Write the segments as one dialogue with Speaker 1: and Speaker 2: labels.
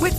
Speaker 1: With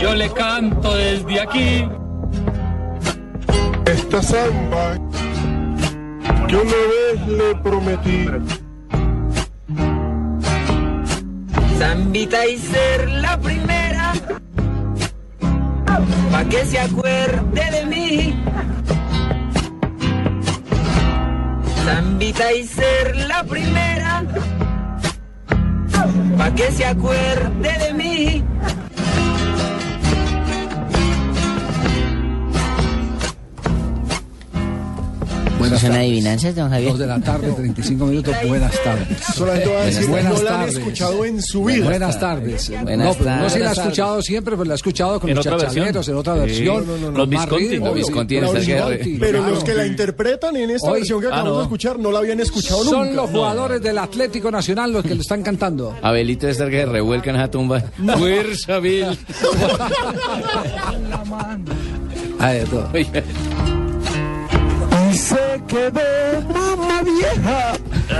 Speaker 2: Yo le canto desde aquí.
Speaker 3: Esta samba que una vez le prometí.
Speaker 4: Zambita y ser la primera. Pa' que se acuerde de mí. Zambita y ser la primera. Pa' que se acuerde de mí.
Speaker 5: Bueno, Pues son adivinanzas, don Javier.
Speaker 6: Dos de la tarde, 35 minutos. Buenas tardes.
Speaker 3: Solamente voy a decir que
Speaker 6: Buenas
Speaker 3: no la han
Speaker 6: tardes.
Speaker 3: escuchado en su vida.
Speaker 6: Buenas tardes.
Speaker 5: Buenas
Speaker 6: no, pero no se la ha
Speaker 5: tardes.
Speaker 6: escuchado siempre, pero la ha escuchado con
Speaker 2: En
Speaker 6: los
Speaker 2: otra versión.
Speaker 6: chachareros, en otra
Speaker 2: Sí.
Speaker 6: versión.
Speaker 2: No, no, no,
Speaker 6: con
Speaker 2: los
Speaker 6: más
Speaker 2: Visconti.
Speaker 6: ritmo.
Speaker 2: Los
Speaker 5: Visconti
Speaker 6: La
Speaker 5: de Sergio
Speaker 6: Visconti,
Speaker 5: Herrera.
Speaker 3: Pero
Speaker 6: claro.
Speaker 3: los que la interpretan en esta
Speaker 6: Hoy-
Speaker 3: versión que
Speaker 2: Ah,
Speaker 3: acabamos de
Speaker 2: no.
Speaker 3: escuchar no la habían escuchado nunca.
Speaker 6: Son los jugadores del Atlético Nacional los que lo están cantando.
Speaker 5: Abelito de que se revuelca en esa tumba. Fuerza, Bill.
Speaker 6: Ahí de todo.
Speaker 3: Y se quedó mamá vieja.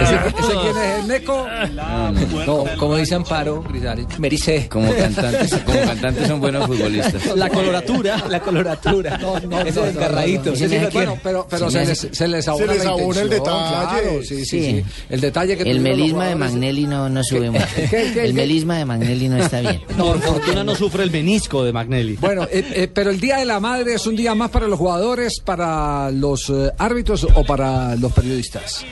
Speaker 6: ¿Ese,
Speaker 2: Ah.
Speaker 6: ese quién es el Neco?
Speaker 7: No, como dice Amparo, Merice.
Speaker 5: Como cantantes, como cantantes son buenos futbolistas.
Speaker 7: La coloratura, la coloratura. No, no, es el encarradito.
Speaker 6: no, no, no, no. Bueno, pero, pero
Speaker 5: Se
Speaker 6: se,
Speaker 5: me
Speaker 6: les, se les abona,
Speaker 3: les
Speaker 6: la
Speaker 3: abona el
Speaker 6: intención,
Speaker 3: detalle.
Speaker 6: claro, sí, sí,
Speaker 5: Sí.
Speaker 6: sí. El detalle que
Speaker 5: El
Speaker 6: tuvieron los
Speaker 5: melisma de
Speaker 6: jugadores.
Speaker 5: Magnelli no, no sube mucho.
Speaker 6: qué, qué?
Speaker 5: El melisma de Magnelli no está bien.
Speaker 7: Por fortuna no sufre el menisco de Magnelli.
Speaker 6: Bueno, eh, eh, pero el Día de la Madre es un día más para los jugadores, para los eh, árbitros o para los periodistas.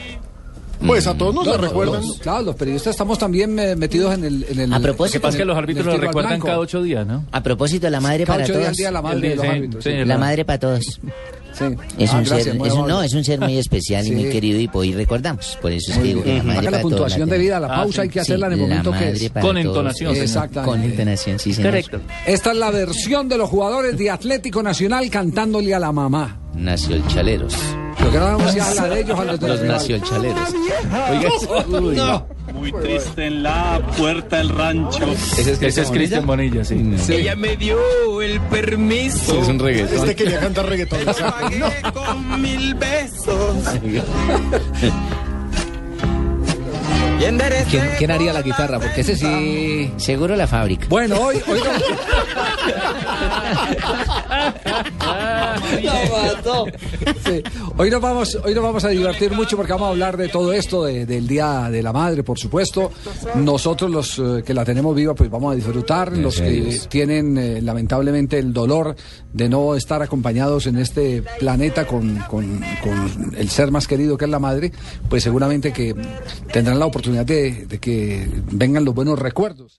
Speaker 3: Pues a todos nos la recuerdan.
Speaker 6: Los- claro, los periodistas estamos también eh, metidos en el, en el-
Speaker 5: A propósito,
Speaker 6: en
Speaker 5: ¿Qué
Speaker 6: el-
Speaker 5: pasa
Speaker 2: Es que los
Speaker 6: en el
Speaker 2: árbitros lo
Speaker 6: tiro al
Speaker 2: recuerdan
Speaker 6: blanco.
Speaker 2: cada ocho días, ¿no?
Speaker 5: A propósito, la madre
Speaker 6: Cada
Speaker 5: para
Speaker 6: ocho días
Speaker 5: todos.
Speaker 6: el Día de la Madre
Speaker 2: El día-
Speaker 6: de los
Speaker 2: sí,
Speaker 6: árbitros. sí.
Speaker 2: señor.
Speaker 5: La madre para todos.
Speaker 6: Sí.
Speaker 5: Es
Speaker 6: Ah,
Speaker 5: un
Speaker 6: gracias,
Speaker 5: ser,
Speaker 6: muy
Speaker 5: es un-
Speaker 6: amable.
Speaker 5: no, es un ser muy especial y muy
Speaker 6: Sí.
Speaker 5: querido y, po- y recordamos. Por eso es que Eh, digo que la madre
Speaker 6: Acá
Speaker 5: para
Speaker 6: la
Speaker 5: todos
Speaker 6: puntuación de
Speaker 5: tenemos.
Speaker 6: vida, la
Speaker 2: Ah,
Speaker 6: pausa
Speaker 2: sí.
Speaker 6: hay que hacerla en el
Speaker 5: Sí, la
Speaker 6: momento que
Speaker 5: madre
Speaker 6: es.
Speaker 5: para
Speaker 2: Con
Speaker 5: todos.
Speaker 2: entonación, señor.
Speaker 6: Exactamente.
Speaker 5: Con entonación, sí, señor.
Speaker 6: Esta es la versión de los jugadores de Atlético Nacional cantándole a la mamá.
Speaker 5: Nació el chaleros.
Speaker 6: Lo que no vamos a la de ellos a los de
Speaker 5: Los nació el chaleros. Oiga, uy,
Speaker 2: Muy triste en la puerta del rancho. Ese es Cristian Bonilla, sí.
Speaker 7: Ella me dio el permiso.
Speaker 5: es un reggaetón.
Speaker 3: Este quería cantar reggaetón. exacto.
Speaker 7: con mil besos. ¿Quién, quién haría la guitarra? Porque ese sí.
Speaker 5: Seguro la fábrica.
Speaker 6: Bueno, hoy, hoy Sí. Hoy nos vamos, hoy nos vamos a divertir mucho porque vamos a hablar de todo esto, de- del Día de la Madre, por supuesto. Nosotros los eh, que la tenemos viva, pues vamos a disfrutar. Los que
Speaker 5: Gracias.
Speaker 6: tienen eh, lamentablemente el dolor de no estar acompañados en este planeta con, con- con el ser más querido que es la madre, pues seguramente que tendrán la oportunidad de- de que vengan los buenos recuerdos.